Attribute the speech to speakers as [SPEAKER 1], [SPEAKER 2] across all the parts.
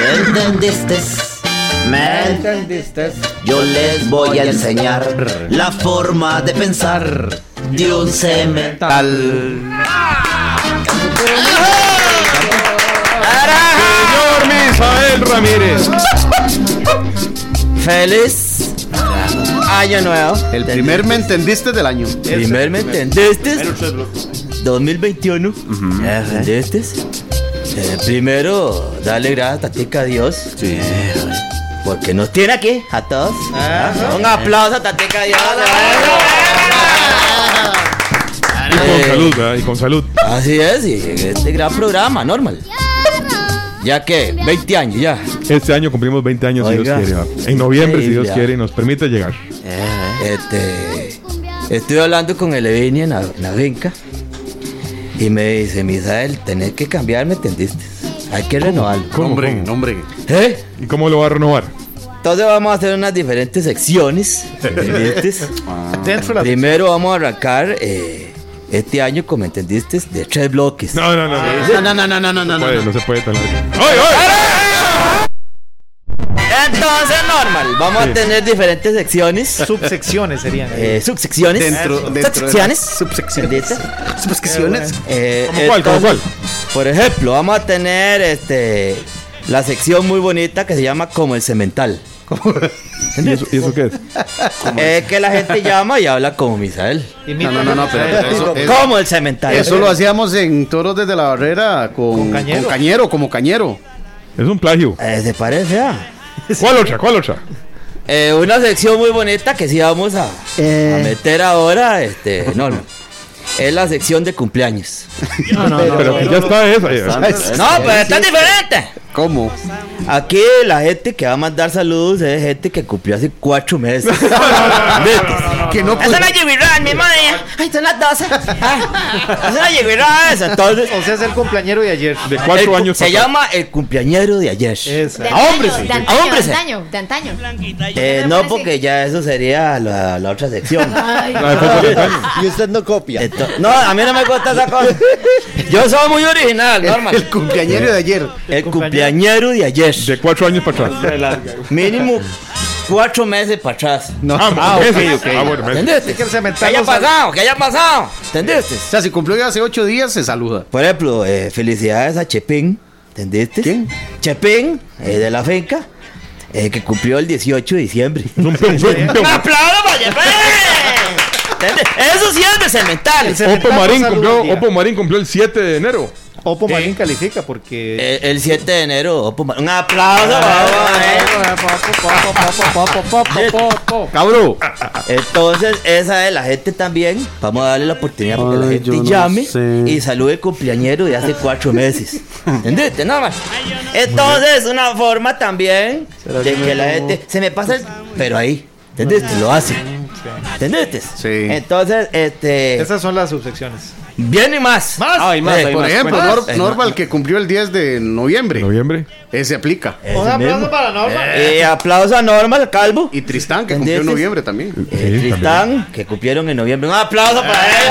[SPEAKER 1] ¿Me entendiste? ¿Me entendiste? Yo les voy a enseñar la forma de pensar de un cemental.
[SPEAKER 2] Señor Misael Ramírez.
[SPEAKER 1] Feliz año nuevo.
[SPEAKER 2] El primer me entendiste del año.
[SPEAKER 1] Primer me entendiste. 2021. ¿Me entendiste? Eh, primero, dale gracias, Tatica, a Dios. Sí. Porque nos tiene aquí a todos. Un aplauso, Tatica, a Dios.
[SPEAKER 3] Y con
[SPEAKER 1] Eh,
[SPEAKER 3] salud, ¿verdad? Y con salud.
[SPEAKER 1] Así es, y este gran programa, normal. Ya que, 20 años ya.
[SPEAKER 3] Este año cumplimos 20 años,
[SPEAKER 1] Oiga.
[SPEAKER 3] si Dios quiere. ¿verdad? En noviembre, si Dios
[SPEAKER 1] Increíble.
[SPEAKER 3] quiere, y nos permite llegar.
[SPEAKER 1] Este, estoy hablando con el Evini en la, en la finca y me dice, Misael, tenés que cambiar, ¿me entendiste? Hay que renovarlo.
[SPEAKER 2] Hombre, hombre.
[SPEAKER 1] ¿Eh?
[SPEAKER 3] ¿Y cómo lo va a renovar?
[SPEAKER 1] Entonces vamos a hacer unas diferentes secciones. diferentes.
[SPEAKER 2] Ah. Dentro de la.
[SPEAKER 1] Primero vamos a arrancar eh, este año, como entendiste, de tres bloques.
[SPEAKER 3] No, no, no. No,
[SPEAKER 2] No, no, no, no, no, no,
[SPEAKER 3] no, puede,
[SPEAKER 2] no.
[SPEAKER 3] no se puede tan largo. ¡Oye, oye!
[SPEAKER 1] Entonces, normal, vamos a tener diferentes secciones.
[SPEAKER 4] Subsecciones serían.
[SPEAKER 1] eh, subsecciones.
[SPEAKER 2] Dentro, dentro de las
[SPEAKER 1] subsecciones.
[SPEAKER 2] subsecciones.
[SPEAKER 1] ¿Entendiste?
[SPEAKER 2] Subsecciones.
[SPEAKER 1] Eh,
[SPEAKER 3] ¿Cómo cuál, cómo
[SPEAKER 1] entonces, Por ejemplo, vamos a tener este la sección muy bonita que se llama Como el Cemental.
[SPEAKER 3] ¿Y eso, y eso qué es?
[SPEAKER 1] Es que la gente llama y habla como Misael.
[SPEAKER 2] No, no, no, no, pero, pero eso, eso,
[SPEAKER 1] Como el Cemental.
[SPEAKER 2] eso lo hacíamos en Toros desde la Barrera con, con cañero.
[SPEAKER 4] Cañero.
[SPEAKER 2] como Cañero.
[SPEAKER 3] Es un plagio.
[SPEAKER 1] Eh, se parece ah.
[SPEAKER 3] ¿Cuál otra? ¿Cuál otra?
[SPEAKER 1] Eh, una sección muy bonita que sí vamos a, a meter ahora, este, no, no. Es la sección de cumpleaños.
[SPEAKER 4] No, no, no.
[SPEAKER 3] Pero aquí ya está esa. ya.
[SPEAKER 1] Ah, No, pues, eh. pero está diferente.
[SPEAKER 2] ¿Cómo?
[SPEAKER 1] Aquí la gente que va a mandar saludos es gente que cumplió hace cuatro meses.
[SPEAKER 2] que no,
[SPEAKER 1] Esa es la yugirá, mi madre. Ay, son las 12. Ay, esa es la yugirá esa. Entonces,
[SPEAKER 4] O sea, es el cumpleañero de ayer.
[SPEAKER 3] De cuatro
[SPEAKER 1] el-
[SPEAKER 3] años
[SPEAKER 1] Eh, se
[SPEAKER 3] para acá.
[SPEAKER 1] llama el cumpleañero de ayer.
[SPEAKER 4] Esa.
[SPEAKER 1] ¡Ah, hombre, sí!
[SPEAKER 5] De
[SPEAKER 1] ¡Ah,
[SPEAKER 5] antaño,
[SPEAKER 1] hombre,
[SPEAKER 5] de
[SPEAKER 1] sí!
[SPEAKER 5] antaño, de antaño.
[SPEAKER 1] Eh, no, porque ya eso sería la, la otra sección.
[SPEAKER 3] La de Foco Castaño.
[SPEAKER 6] Y usted no copia.
[SPEAKER 1] Ento- no, a mí no me gusta esa cosa. Yo soy muy original, normal.
[SPEAKER 2] el cumpleañero de ayer.
[SPEAKER 1] El cumpleañero de ayer.
[SPEAKER 3] De cuatro años para atrás.
[SPEAKER 1] Mínimo cuatro meses para atrás.
[SPEAKER 2] No.
[SPEAKER 3] Ah,
[SPEAKER 2] Ah,
[SPEAKER 3] meses.
[SPEAKER 2] ok, ok.
[SPEAKER 3] Ah, bueno, meses.
[SPEAKER 1] ¿Entendiste?
[SPEAKER 4] que el
[SPEAKER 1] Que
[SPEAKER 4] cemental
[SPEAKER 1] haya
[SPEAKER 4] no sabe-
[SPEAKER 1] pasado, que haya pasado. ¿Entendiste?
[SPEAKER 2] O sea, si cumplió ya hace ocho días, se saluda.
[SPEAKER 1] Por ejemplo, eh, felicidades a Chepín, ¿entendiste?
[SPEAKER 2] ¿Quién?
[SPEAKER 1] Chepín, eh, de la finca, eh, que cumplió el 18 de diciembre.
[SPEAKER 3] Es un peón, un
[SPEAKER 1] ¡Un
[SPEAKER 3] peón.
[SPEAKER 1] aplauso para Chepín! ¿Entendés? Eso sí es de cemental.
[SPEAKER 4] El ce-
[SPEAKER 3] Opo Marín cumplió,
[SPEAKER 4] Saludos,
[SPEAKER 3] Opo Marín cumplió el 7 de enero.
[SPEAKER 4] Opo Marín califica porque.
[SPEAKER 1] Eh, El 7 de enero, Opo Ma- un aplauso. eh. vamos,
[SPEAKER 2] Cabro.
[SPEAKER 1] eh. Entonces, esa de la gente también. Vamos a darle la oportunidad para que la
[SPEAKER 6] Ay,
[SPEAKER 1] gente
[SPEAKER 6] yo no
[SPEAKER 1] llame
[SPEAKER 6] sé.
[SPEAKER 1] y salude el cumpleañero de hace cuatro meses. ¿Entendiste? Nada más. Entonces, una forma también de que la gente se me pasa el. Pero ahí, ¿entendiste? Lo hace. ¿Entendiste?
[SPEAKER 2] Sí.
[SPEAKER 1] Entonces,
[SPEAKER 2] eh.
[SPEAKER 1] este.
[SPEAKER 4] Esas son las subsecciones.
[SPEAKER 1] Viene más.
[SPEAKER 4] Más.
[SPEAKER 1] Ay, más.
[SPEAKER 2] Por ejemplo, Nor-
[SPEAKER 1] Eh,
[SPEAKER 2] Norval que cumplió el 10 de noviembre.
[SPEAKER 3] Noviembre.
[SPEAKER 2] Ese aplica.
[SPEAKER 4] Un aplauso para Norma.
[SPEAKER 1] Eh, aplauso a Norma, el calvo.
[SPEAKER 2] Y Tristán que cumplió en
[SPEAKER 1] ¿Entendés?
[SPEAKER 2] noviembre también.
[SPEAKER 1] Eh,
[SPEAKER 3] Sí,
[SPEAKER 1] Tristán, que cumplieron en noviembre. Un aplauso para él.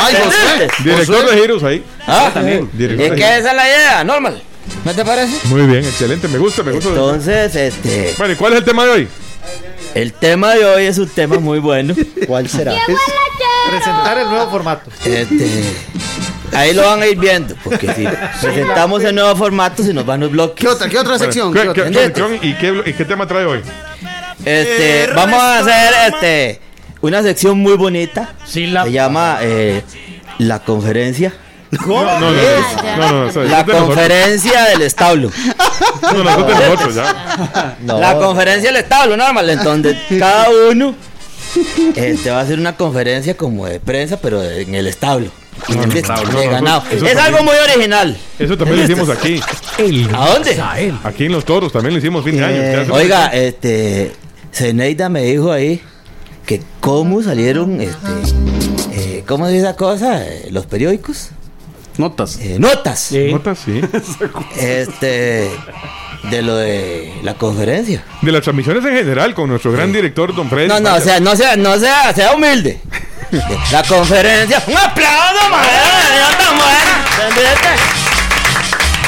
[SPEAKER 2] Ay, José.
[SPEAKER 1] ¿Entendiste?
[SPEAKER 3] Director de giros ahí.
[SPEAKER 1] Ah, también.
[SPEAKER 3] Director
[SPEAKER 1] Es
[SPEAKER 3] de
[SPEAKER 1] que
[SPEAKER 3] giros.
[SPEAKER 1] esa es la idea, Normal. ¿No te parece?
[SPEAKER 3] Muy bien, excelente. Me gusta, me gusta.
[SPEAKER 1] Entonces, este,
[SPEAKER 3] Bueno, ¿y cuál es el tema de hoy?
[SPEAKER 1] el tema de hoy es un tema muy bueno.
[SPEAKER 6] ¿Cuál será?
[SPEAKER 1] Ah, pues,
[SPEAKER 4] Presentar el nuevo formato.
[SPEAKER 1] Este, ahí lo van a ir viendo, porque si presentamos el nuevo formato, se nos van los bloques.
[SPEAKER 2] ¿Qué otra, qué otra sección? ¿Qué
[SPEAKER 3] Bueno, ¿qué-
[SPEAKER 2] otra?
[SPEAKER 3] qué sección y qué, y qué tema trae hoy?
[SPEAKER 2] Eh,
[SPEAKER 1] Este, vamos a hacer este una sección muy bonita. se llama eh, la conferencia.
[SPEAKER 3] No, no, no.
[SPEAKER 5] Ya, ya.
[SPEAKER 3] No, no, no. eso-
[SPEAKER 1] La
[SPEAKER 3] eso es de nosotros.
[SPEAKER 1] conferencia del establo.
[SPEAKER 3] No, no, eso es de nosotros, ya.
[SPEAKER 6] No.
[SPEAKER 1] La conferencia del establo, normal. Entonces, cada uno este, va a hacer una conferencia como de prensa, pero de- en el establo.
[SPEAKER 3] Ah,
[SPEAKER 1] ¿Entendés?
[SPEAKER 3] no, no,
[SPEAKER 1] De
[SPEAKER 3] no,
[SPEAKER 1] ganado.
[SPEAKER 3] eso- eso
[SPEAKER 1] es
[SPEAKER 3] también-
[SPEAKER 1] algo muy original.
[SPEAKER 3] Eso también lo hicimos aquí.
[SPEAKER 1] ¿A dónde?
[SPEAKER 3] Aquí en Los Toros también lo hicimos fin de año.
[SPEAKER 1] Eh,
[SPEAKER 3] Ya se-
[SPEAKER 1] oiga, este. Zeneida me dijo ahí que cómo salieron, este. eh, ¿Cómo es esa cosa? Eh, Los periódicos.
[SPEAKER 2] Notas.
[SPEAKER 1] Eh, notas.
[SPEAKER 3] Notas, sí.
[SPEAKER 1] Este. De lo de la conferencia.
[SPEAKER 3] De las transmisiones en general con nuestro gran director, don Freddy.
[SPEAKER 1] No, no, o sea, no sea, no sea, sea humilde. La conferencia. ¡Un aplauso, madre! ¡Ya está, madre! ¿Entendiste?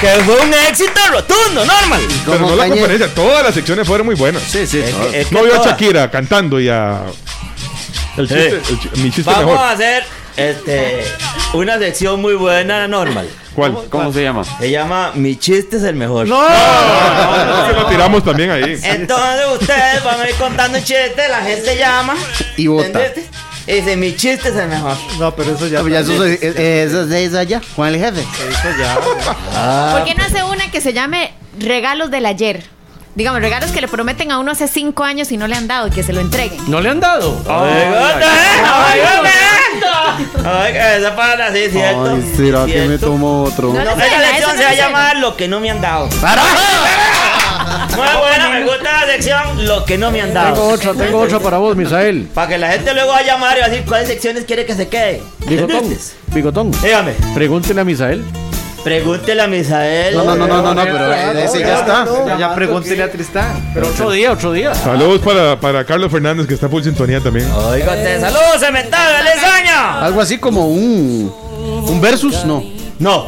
[SPEAKER 1] Que fue un éxito rotundo, normal.
[SPEAKER 3] Pero no la conferencia, todas las secciones fueron muy buenas.
[SPEAKER 2] Sí, sí.
[SPEAKER 1] Es que- es que
[SPEAKER 3] No vio a
[SPEAKER 1] toda-
[SPEAKER 3] Shakira cantando y a. El chiste,
[SPEAKER 1] Eh.
[SPEAKER 3] el chi- mi chiste
[SPEAKER 1] Vamos
[SPEAKER 3] mejor.
[SPEAKER 1] a hacer este, una sección muy buena, normal.
[SPEAKER 3] ¿Cuál?
[SPEAKER 7] ¿Cómo se llama?
[SPEAKER 1] Se llama Mi chiste es el mejor.
[SPEAKER 3] Se lo tiramos también ahí.
[SPEAKER 1] Entonces ustedes van a ir contando un chiste, la gente llama.
[SPEAKER 2] Y vota.
[SPEAKER 1] ¿entendiste? Y dice, mi chiste es el mejor.
[SPEAKER 4] No, pero eso ya.
[SPEAKER 2] Ya eso es, eh, eso es de eso allá, Juan el jefe.
[SPEAKER 4] Eso ya.
[SPEAKER 1] ah,
[SPEAKER 5] ¿Por qué no
[SPEAKER 1] pues.
[SPEAKER 5] hace una que se llame regalos del ayer? Digamos, regalos que le prometen a uno hace cinco años y no le han dado y que se lo entreguen.
[SPEAKER 7] ¿No le han dado?
[SPEAKER 1] ¿eh? Oiga, ¿eh? esa palabra sí es cierto.
[SPEAKER 2] será que me
[SPEAKER 1] Cierto.
[SPEAKER 2] tomo otro.
[SPEAKER 5] No,
[SPEAKER 1] No,
[SPEAKER 5] no,
[SPEAKER 1] esta
[SPEAKER 5] no,
[SPEAKER 1] sección
[SPEAKER 5] eso
[SPEAKER 1] se va a
[SPEAKER 5] no es
[SPEAKER 1] llamar Lo que no me han dado. Muy buena, me gusta la sección Lo que no me han dado.
[SPEAKER 8] Tengo otra, tengo otra para vos, Misael.
[SPEAKER 1] Para que la gente luego va a llamar y va a decir cuáles secciones quiere que se quede.
[SPEAKER 8] Bigotón,
[SPEAKER 1] ¿Entendiste?
[SPEAKER 8] bigotón.
[SPEAKER 1] Dígame,
[SPEAKER 8] Pregúntele a Misael.
[SPEAKER 1] pregúntele a Misael.
[SPEAKER 2] No, no, no, no, no, no, pero ese ya está.
[SPEAKER 4] Ya, ya pregúntele a Tristán.
[SPEAKER 8] Pero otro día, otro día.
[SPEAKER 3] Saludos para, para Carlos Fernández, que está full sintonía también.
[SPEAKER 1] Oiga, te saludos, cemental, lesaña.
[SPEAKER 2] Algo así como un. Un versus, no.
[SPEAKER 1] No,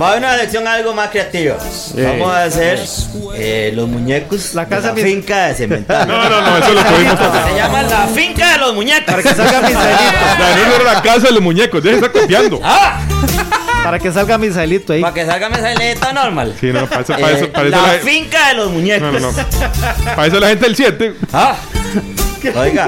[SPEAKER 1] va a haber una sección algo más creativa. Vamos a hacer eh, los muñecos.
[SPEAKER 4] La casa
[SPEAKER 1] de
[SPEAKER 4] mis-
[SPEAKER 1] la finca de cemental.
[SPEAKER 3] No, no, no, eso lo pudimos
[SPEAKER 1] Se llama la finca de los muñecos.
[SPEAKER 4] Para que salga Misaelito.
[SPEAKER 3] Daniel era la casa de los muñecos, deja de estar copiando.
[SPEAKER 1] Ah,
[SPEAKER 4] Para que salga Misaelito ahí.
[SPEAKER 1] para que salga Misaelita normal.
[SPEAKER 3] Sí, no, para eso, para
[SPEAKER 1] Eh,
[SPEAKER 3] eso- para eso
[SPEAKER 1] la
[SPEAKER 3] la,
[SPEAKER 1] finca de los
[SPEAKER 3] no,
[SPEAKER 1] muñecos.
[SPEAKER 3] no, no. Para eso la gente del 7.
[SPEAKER 1] Ah, oiga.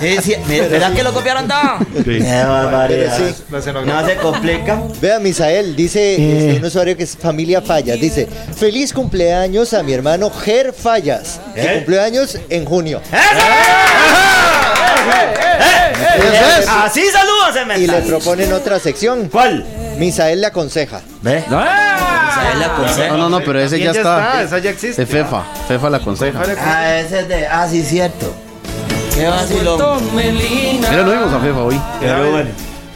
[SPEAKER 1] Sí, sí, mira, ¿Verdad que lo copiaron todo?
[SPEAKER 3] Sí.
[SPEAKER 1] Qué barbaridad.
[SPEAKER 9] Pero sí.
[SPEAKER 1] No se complica. Eh.
[SPEAKER 9] Vea, Misael, dice este, un usuario que es familia Fallas, dice, feliz cumpleaños a mi hermano Ger Fallas,
[SPEAKER 1] ¿Eh?
[SPEAKER 9] que cumpleaños en junio.
[SPEAKER 1] Eh, Así saludos,
[SPEAKER 9] Y le
[SPEAKER 1] cemental.
[SPEAKER 9] proponen otra sección.
[SPEAKER 1] ¿Cuál?
[SPEAKER 9] Misael le aconseja.
[SPEAKER 1] ¿Ve? Misael la aconseja.
[SPEAKER 2] No, no, no, pero ese
[SPEAKER 4] También
[SPEAKER 2] ya está.
[SPEAKER 4] Esa ya
[SPEAKER 2] De
[SPEAKER 4] existe.
[SPEAKER 2] Fefa. Fefa la aconseja.
[SPEAKER 1] Ah, ese es de. Ah, sí, cierto. Qué vacilón.
[SPEAKER 2] Mira, lo vimos a Fefa hoy.
[SPEAKER 1] Pero bueno.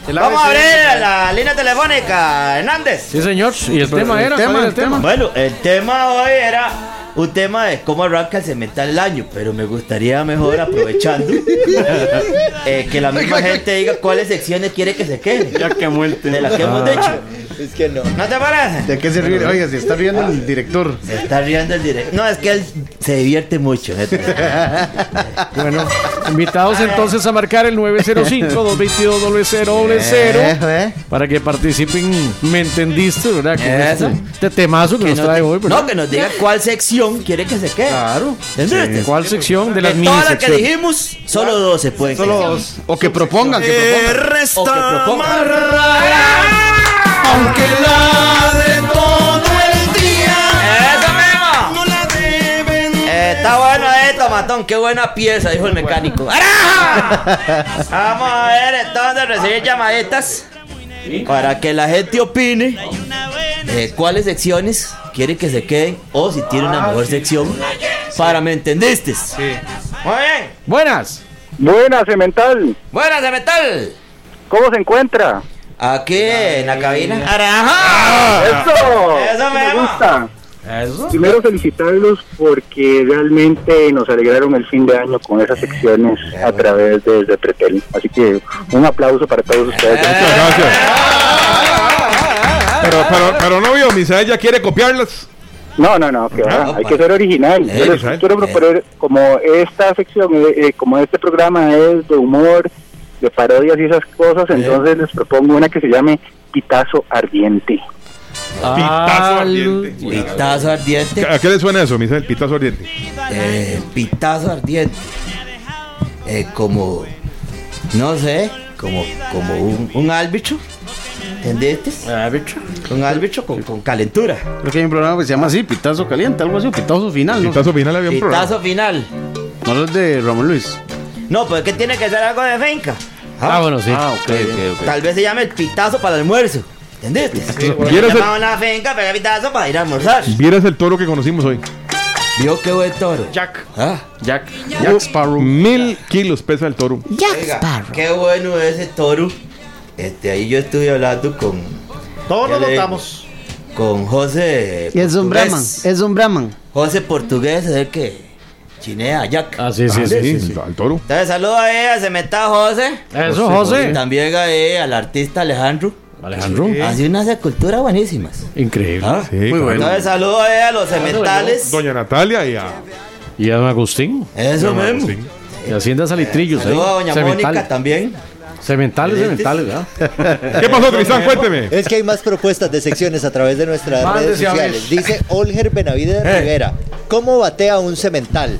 [SPEAKER 4] El
[SPEAKER 1] Vamos a
[SPEAKER 4] ABC.
[SPEAKER 1] abrir la línea telefónica, Hernández.
[SPEAKER 8] Sí, señor. ¿Y el tema era?
[SPEAKER 2] tema,
[SPEAKER 8] ¿Cuál era
[SPEAKER 2] el tema.
[SPEAKER 1] Bueno, el tema hoy era un tema de cómo arranca el cemental el año, pero me gustaría mejor aprovechando eh, que la misma gente diga cuáles secciones quiere que se queden
[SPEAKER 7] Ya que muerte.
[SPEAKER 1] de las que
[SPEAKER 2] Ah.
[SPEAKER 1] hemos dicho.
[SPEAKER 9] Es que no.
[SPEAKER 1] ¿No te parece?
[SPEAKER 2] ¿De qué se ríe? Oiga, si está riendo el director.
[SPEAKER 1] Se está riendo el directo. No, es que él se divierte mucho. ¿eh?
[SPEAKER 8] Bueno, invitados entonces a marcar el 905-222-0000
[SPEAKER 2] Eh,
[SPEAKER 8] para que participen. ¿Me entendiste, verdad? Con
[SPEAKER 1] Eso.
[SPEAKER 8] este, este temazo que, nos trae hoy,
[SPEAKER 10] pues.
[SPEAKER 8] ¿verdad?
[SPEAKER 1] No, que nos diga cuál sección quiere que se quede.
[SPEAKER 8] Claro.
[SPEAKER 1] ¿Entendiste?
[SPEAKER 8] ¿Cuál sección de las
[SPEAKER 1] de
[SPEAKER 8] mini
[SPEAKER 1] este, todas las que
[SPEAKER 8] secciones?
[SPEAKER 1] dijimos, solo dos se pueden
[SPEAKER 4] Solo
[SPEAKER 1] quedar.
[SPEAKER 4] dos.
[SPEAKER 2] O que propongan, que propongan.
[SPEAKER 1] O que ¡Ah! propongan.
[SPEAKER 2] Aunque la de todo el día.
[SPEAKER 1] ¡Eso mismo! Eh, está bueno esto, matón. Qué buena pieza, dijo el mecánico. ¡Araja! Vamos a ver entonces recibir llamaditas para que la gente opine eh, cuáles secciones quiere que se queden o si tiene
[SPEAKER 2] Ah,
[SPEAKER 1] una mejor sección. Para me entendiste. Muy bien.
[SPEAKER 8] Buenas.
[SPEAKER 10] Buenas, Cemental.
[SPEAKER 1] Buenas de metal.
[SPEAKER 10] ¿Cómo se encuentra?
[SPEAKER 1] Aquí en la cabina. ¡Araja!
[SPEAKER 10] ¡Eso!
[SPEAKER 1] Eso
[SPEAKER 10] me
[SPEAKER 1] mismo.
[SPEAKER 10] gusta. Primero felicitarlos porque realmente nos alegraron el fin de año con esas secciones a través de, de Pretel. Así que un aplauso para todos ustedes.
[SPEAKER 3] Muchas
[SPEAKER 10] Ah,
[SPEAKER 3] gracias. Pero, pero, pero no vio, Misael ya quiere copiarlas.
[SPEAKER 10] No, no, no, que va,
[SPEAKER 1] Ah,
[SPEAKER 10] hay
[SPEAKER 1] opa.
[SPEAKER 10] que ser original.
[SPEAKER 1] Eh,
[SPEAKER 10] Yo les
[SPEAKER 3] Misael.
[SPEAKER 10] quiero proponer, como esta sección, eh, eh, como este programa es de humor, de parodias y esas cosas, entonces les propongo una que se llame Pitazo Ardiente.
[SPEAKER 1] Ah,
[SPEAKER 3] Pitazo
[SPEAKER 8] Al-
[SPEAKER 3] ardiente.
[SPEAKER 1] Pitazo ardiente.
[SPEAKER 3] ¿A qué le suena eso, Misael? Pitazo ardiente.
[SPEAKER 1] eh, pitazo ardiente. Eh, como, no sé, como, como un, un árbitro. ¿Entendiste?
[SPEAKER 8] Árbitro.
[SPEAKER 1] Un árbitro con, con calentura.
[SPEAKER 2] Creo que hay un programa que se llama así, Pitazo Caliente, algo así, o Pitazo Final, ¿no?
[SPEAKER 3] Pitazo final había un programa.
[SPEAKER 1] Pitazo final.
[SPEAKER 2] No es de Ramón Luis.
[SPEAKER 1] No, pues que tiene que ser algo de finca.
[SPEAKER 8] Ah, bueno, sí.
[SPEAKER 2] Ah, ok, ok, ok.
[SPEAKER 1] Tal vez se llame el pitazo para el almuerzo. ¿Entendiste? Sí,
[SPEAKER 3] bueno.
[SPEAKER 1] Yo
[SPEAKER 3] ¿Quieres el-
[SPEAKER 1] llamaba a una finca, pegaba pitazo para ir a almorzar.
[SPEAKER 3] Vieras el toro que conocimos hoy.
[SPEAKER 1] Vio qué buen toro.
[SPEAKER 2] Jack.
[SPEAKER 1] Ah,
[SPEAKER 2] Jack.
[SPEAKER 3] Jack Sparrow. Mil kilos pesa el toro.
[SPEAKER 1] oiga, Qué bueno ese toro. Este, ahí yo estuve hablando con,
[SPEAKER 4] Todos
[SPEAKER 1] Yo
[SPEAKER 4] lo
[SPEAKER 1] le-
[SPEAKER 4] notamos.
[SPEAKER 1] con José.
[SPEAKER 7] Es un
[SPEAKER 1] Portugués.
[SPEAKER 7] Brahman, es un Brahman.
[SPEAKER 1] José Portugués es el que chinea a Jack.
[SPEAKER 8] Ah, sí, sí, sí, sí, sí.
[SPEAKER 3] Al toro.
[SPEAKER 1] Entonces, saludo a ella, se meta José.
[SPEAKER 8] Eso, José.
[SPEAKER 1] Y también a ella, al artista Alejandro.
[SPEAKER 8] Alejandro.
[SPEAKER 1] Hace unas esculturas buenísimas.
[SPEAKER 8] Increíble.
[SPEAKER 1] Ah.
[SPEAKER 3] Sí, claro.
[SPEAKER 1] Entonces, saludo a ella, a los cementales.
[SPEAKER 3] Doña Natalia y a.
[SPEAKER 8] Y a don Agustín.
[SPEAKER 1] Eso
[SPEAKER 3] Don
[SPEAKER 1] mismo.
[SPEAKER 3] Agustín.
[SPEAKER 8] Y Hacienda Salitrillos ¿eh? ahí.
[SPEAKER 1] Saludo a doña Mónica
[SPEAKER 8] Cementales,
[SPEAKER 1] también.
[SPEAKER 8] cementales, cementales, ¿verdad?
[SPEAKER 3] ¿Qué pasó, Tristán? Cuénteme.
[SPEAKER 9] Es que hay más propuestas de secciones a través de nuestras
[SPEAKER 8] Mándese
[SPEAKER 9] redes
[SPEAKER 8] a ver.
[SPEAKER 9] sociales. Dice Olger Benavides
[SPEAKER 1] Eh.
[SPEAKER 9] Rivera, ¿cómo batea un cemental?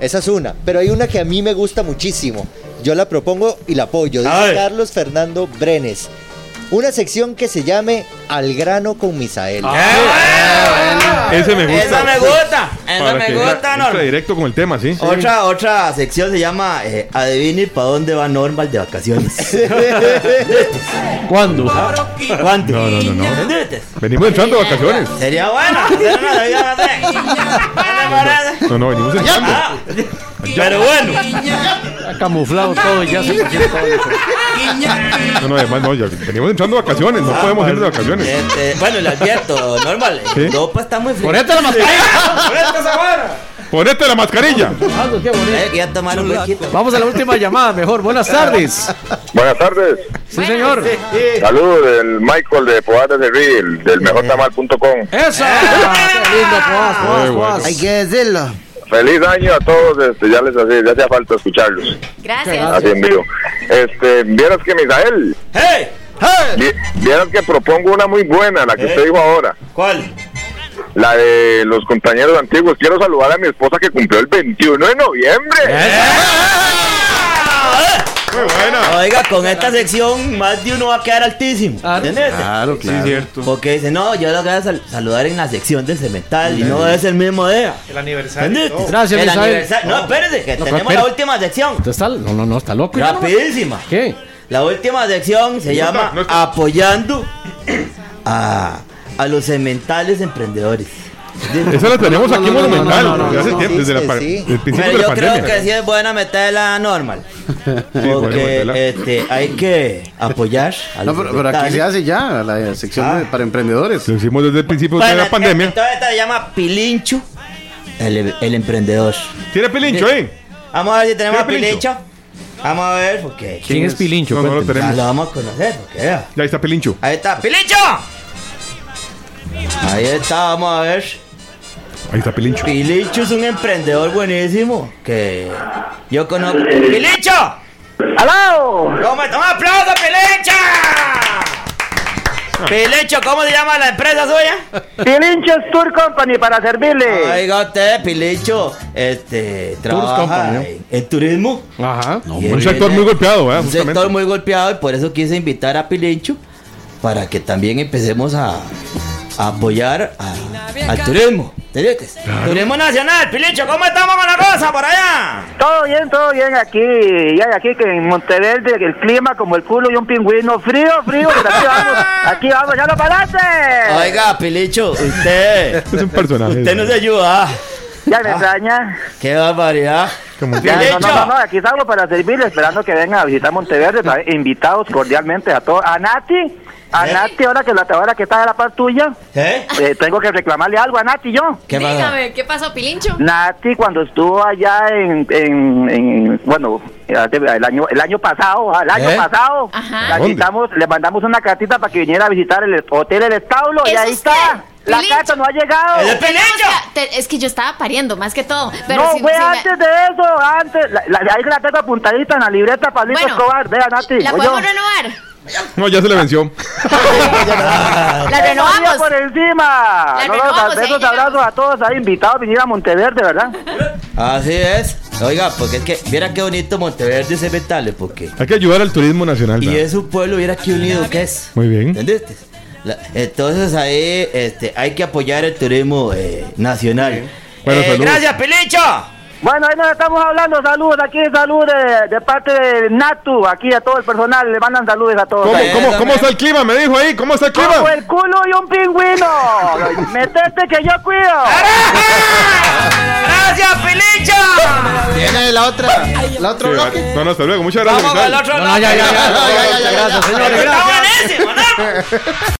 [SPEAKER 9] Esa es una, pero hay una que a mí me gusta muchísimo. Yo la propongo y la apoyo.
[SPEAKER 1] A
[SPEAKER 9] Dice
[SPEAKER 1] ver.
[SPEAKER 9] Carlos Fernando Brenes. Una sección que se llame Al grano con Misael.
[SPEAKER 3] Ese me gusta.
[SPEAKER 1] Ah, Esa me gusta. Esa
[SPEAKER 3] Para
[SPEAKER 1] me
[SPEAKER 3] que
[SPEAKER 1] gusta,
[SPEAKER 3] entre
[SPEAKER 1] Norma.
[SPEAKER 3] directo con el tema, sí.
[SPEAKER 1] Otra, otra sección se llama eh, Adivine para dónde va Normal de vacaciones.
[SPEAKER 8] ¿Cuándo?
[SPEAKER 1] ¿Cuánto?
[SPEAKER 3] No, no, no, no.
[SPEAKER 1] ¿Entendiste?
[SPEAKER 3] Venimos entrando de vacaciones.
[SPEAKER 1] Sería bueno. hacer una debida, no sé. ¿Qué te parece?
[SPEAKER 3] No, no, venimos entrando.
[SPEAKER 1] Ah, Pero bueno.
[SPEAKER 8] Ha camuflado todo y ya se por qué todo.
[SPEAKER 3] No, no, además, no, ya venimos entrando de vacaciones. No podemos ir de vacaciones.
[SPEAKER 1] Este, bueno, le advierto, normal.
[SPEAKER 3] ¿Sí?
[SPEAKER 1] Europa está muy fría.
[SPEAKER 8] Ponete la mascarilla.
[SPEAKER 3] Ponete la mascarilla.
[SPEAKER 8] Ando, qué bonito.
[SPEAKER 1] Eh, que ya tomar un huequito.
[SPEAKER 8] Vamos a la última llamada, mejor. Buenas tardes.
[SPEAKER 10] Buenas tardes.
[SPEAKER 8] Sí, señor.
[SPEAKER 10] Saludos del Michael de Poadas de Ril, del mejortamal.com.
[SPEAKER 8] ¡Esa! ¡Qué lindo, Coas, Coas,
[SPEAKER 3] Qué bueno.
[SPEAKER 8] Coas.
[SPEAKER 7] Hay que decirlo.
[SPEAKER 10] Feliz año a todos, este, ya les hacía, ya hacía falta escucharlos,
[SPEAKER 5] Gracias.
[SPEAKER 10] así en vivo. Este, vieras que Misael,
[SPEAKER 1] ¡Hey!
[SPEAKER 10] vi- vieras que propongo una muy buena, la que usted dijo ahora,
[SPEAKER 1] ¿Cuál?
[SPEAKER 10] la de los compañeros antiguos. Quiero saludar a mi esposa que cumplió el 21 de noviembre.
[SPEAKER 3] Muy buena.
[SPEAKER 1] ¡Eh! Oiga, con esta sección más de uno va a quedar altísimo. ¿Entiendes?
[SPEAKER 2] Claro, claro.
[SPEAKER 3] Sí, cierto.
[SPEAKER 1] Porque dice, no, yo lo voy a sal- saludar en la sección del cemental y no es el mismo día.
[SPEAKER 4] El aniversario. y
[SPEAKER 1] ¿Entendiste?
[SPEAKER 4] todo.
[SPEAKER 8] Gracias,
[SPEAKER 1] El
[SPEAKER 8] Misael.
[SPEAKER 1] aniversario- No, espérate, que
[SPEAKER 8] No,
[SPEAKER 1] tenemos la
[SPEAKER 8] espérate.
[SPEAKER 1] última sección.
[SPEAKER 8] ¿Usted está? No, no, no, está loco. ya, no.
[SPEAKER 1] Rapidísima.
[SPEAKER 8] ¿Qué?
[SPEAKER 1] La última sección se
[SPEAKER 3] No está,
[SPEAKER 1] llama
[SPEAKER 3] no está.
[SPEAKER 1] Apoyando a, a los cementales emprendedores.
[SPEAKER 3] Esa la tenemos
[SPEAKER 8] No,
[SPEAKER 3] aquí
[SPEAKER 8] no, no, no,
[SPEAKER 3] monumental.
[SPEAKER 8] no, no,
[SPEAKER 3] desde hace
[SPEAKER 9] no,
[SPEAKER 3] tiempo,
[SPEAKER 9] sí,
[SPEAKER 3] desde la
[SPEAKER 9] sí,
[SPEAKER 3] pa-
[SPEAKER 9] sí.
[SPEAKER 3] desde el principio
[SPEAKER 1] Pero
[SPEAKER 3] de la
[SPEAKER 1] yo creo que
[SPEAKER 3] pandemia.
[SPEAKER 1] sí es buena meterla normal.
[SPEAKER 3] Sí, bueno,
[SPEAKER 1] Porque
[SPEAKER 3] Mandela.
[SPEAKER 1] este, hay que apoyar a
[SPEAKER 2] No,
[SPEAKER 1] los
[SPEAKER 2] pero, pero aquí
[SPEAKER 1] cementales.
[SPEAKER 2] se hace ya la sección de- para emprendedores.
[SPEAKER 3] Lo hicimos desde el principio de
[SPEAKER 1] Bueno,
[SPEAKER 3] la pandemia.
[SPEAKER 1] Entonces esta se llama Pilincho, el, el emprendedor.
[SPEAKER 3] Tiene pelincho, ¿eh?
[SPEAKER 1] Vamos a ver si tenemos a
[SPEAKER 3] ¿Quién es Pilincho?
[SPEAKER 1] Pilincho. Vamos a ver, porque
[SPEAKER 8] ¿Quién es Pilincho?
[SPEAKER 3] No, no lo
[SPEAKER 8] Cuénteme.
[SPEAKER 1] ya
[SPEAKER 3] tenemos.
[SPEAKER 1] lo vamos a conocer. Porque, vea.
[SPEAKER 3] Ya está pelincho.
[SPEAKER 1] Ahí está, Pilincho. Ahí está, vamos a ver.
[SPEAKER 3] Ahí está pelincho.
[SPEAKER 1] Pilincho es un emprendedor buenísimo que yo conozco. ¡Pilincho!
[SPEAKER 10] ¡Aló!
[SPEAKER 1] ¿Cómo está? ¡Un aplauso, Pilincho!
[SPEAKER 8] Ah.
[SPEAKER 1] Pilincho, ¿cómo se llama la empresa suya?
[SPEAKER 10] Pilinches Tour Company para servirle.
[SPEAKER 1] Oiga usted, Pilincho, este,
[SPEAKER 8] Company,
[SPEAKER 1] trabaja
[SPEAKER 8] ¿no?
[SPEAKER 1] en, en turismo.
[SPEAKER 8] Ajá.
[SPEAKER 1] Y
[SPEAKER 3] Un
[SPEAKER 1] él
[SPEAKER 3] sector
[SPEAKER 1] viene-
[SPEAKER 3] muy golpeado, ¿verdad?
[SPEAKER 1] Un
[SPEAKER 3] Justamente.
[SPEAKER 1] sector eh. muy golpeado y por eso quise invitar a Pilincho para que también empecemos a, a apoyar a- al turismo. ¿Entendiste? Turismo nacional, Pilincho, ¿cómo estamos con la cosa por allá?
[SPEAKER 10] Todo bien, todo bien aquí. Y hay aquí que en Monteverde el clima como el culo y un pingüino frío, frío. pero aquí vamos, aquí vamos, ya lo paraste.
[SPEAKER 1] Oiga, Pilincho, usted,
[SPEAKER 3] Es un personaje.
[SPEAKER 1] usted nos ayuda.
[SPEAKER 10] Ya me extraña.
[SPEAKER 1] Qué barbaridad.
[SPEAKER 3] Como-
[SPEAKER 10] Ya, no, no, no, no,
[SPEAKER 1] Pilincho,
[SPEAKER 10] aquí salgo para servirle, esperando que vengan a visitar Monteverde, pa- invitados cordialmente a todos. A Nati, a
[SPEAKER 1] ¿Eh?
[SPEAKER 10] Nati, ahora que la ahora que está a la par tuya,
[SPEAKER 1] ¿eh?
[SPEAKER 10] eh, tengo que reclamarle algo a Nati yo.
[SPEAKER 1] ¿Qué pasa?
[SPEAKER 5] Dígame, ¿qué pasó, Pilincho?
[SPEAKER 10] Nati cuando estuvo allá en, en, en- bueno, hace- el año, el año pasado, el año
[SPEAKER 1] ¿Eh?
[SPEAKER 10] pasado,
[SPEAKER 5] Ajá.
[SPEAKER 10] la
[SPEAKER 3] ¿Dónde?
[SPEAKER 10] invitamos, le mandamos una cartita para que viniera a visitar el hotel El Establo y
[SPEAKER 5] ¿Es
[SPEAKER 10] ahí
[SPEAKER 5] usted?
[SPEAKER 10] está. La
[SPEAKER 5] Pilincho.
[SPEAKER 10] carta no ha llegado.
[SPEAKER 1] ¡Es de Pilincho!
[SPEAKER 5] Te- Es que yo estaba pariendo, más que todo. Pero
[SPEAKER 10] No,
[SPEAKER 5] si-
[SPEAKER 10] fue
[SPEAKER 5] si me-
[SPEAKER 10] antes de eso, antes. La, la- ahí la tengo apuntadita en la libreta, Pablito
[SPEAKER 5] Bueno,
[SPEAKER 10] Escobar. Vea, Nati.
[SPEAKER 5] ¿La
[SPEAKER 10] oyó.
[SPEAKER 5] podemos renovar?
[SPEAKER 3] No, ya se le venció.
[SPEAKER 5] La
[SPEAKER 10] Todavía
[SPEAKER 5] renovamos.
[SPEAKER 10] por encima.
[SPEAKER 5] La
[SPEAKER 10] No, no,
[SPEAKER 5] renovamos, ahí
[SPEAKER 10] besos,
[SPEAKER 5] llegamos.
[SPEAKER 10] abrazos a todos ahí invitados a venir a Monteverde, ¿verdad?
[SPEAKER 1] Así es. Oiga, porque es que, viera qué bonito Monteverde se metale, porque.
[SPEAKER 3] Hay que ayudar al turismo nacional.
[SPEAKER 1] Y
[SPEAKER 3] ¿verdad?
[SPEAKER 1] es un pueblo, viera qué unido que es.
[SPEAKER 3] Muy bien.
[SPEAKER 1] ¿Entendiste? La- entonces ahí este, hay que apoyar el turismo eh, nacional.
[SPEAKER 3] Bueno,
[SPEAKER 1] Eh,
[SPEAKER 3] saludos.
[SPEAKER 1] gracias, Pilicho.
[SPEAKER 10] Bueno, ahí nos estamos hablando. Saludos, aquí saludos de, de parte de Natu, aquí a todo el personal. Le mandan saludos a todos.
[SPEAKER 3] ¿Cómo, cómo, cómo está el clima? Me dijo ahí, ¿cómo está el clima?
[SPEAKER 10] Como el culo y un pingüino. Metete que yo cuido.
[SPEAKER 1] ¡Gracias, Pilicha!
[SPEAKER 2] Viene la otra, la otra
[SPEAKER 3] Sí, va.
[SPEAKER 2] bloque.
[SPEAKER 3] No, no, hasta luego. Muchas gracias.
[SPEAKER 1] Vamos con el otro
[SPEAKER 3] Cristal. No, no,
[SPEAKER 1] bloque.
[SPEAKER 3] ya, ya, ya, ya, ya, ya, ya, ya, ya,
[SPEAKER 1] Está
[SPEAKER 3] ya, ya, ya.
[SPEAKER 1] buenísimo, ¿no?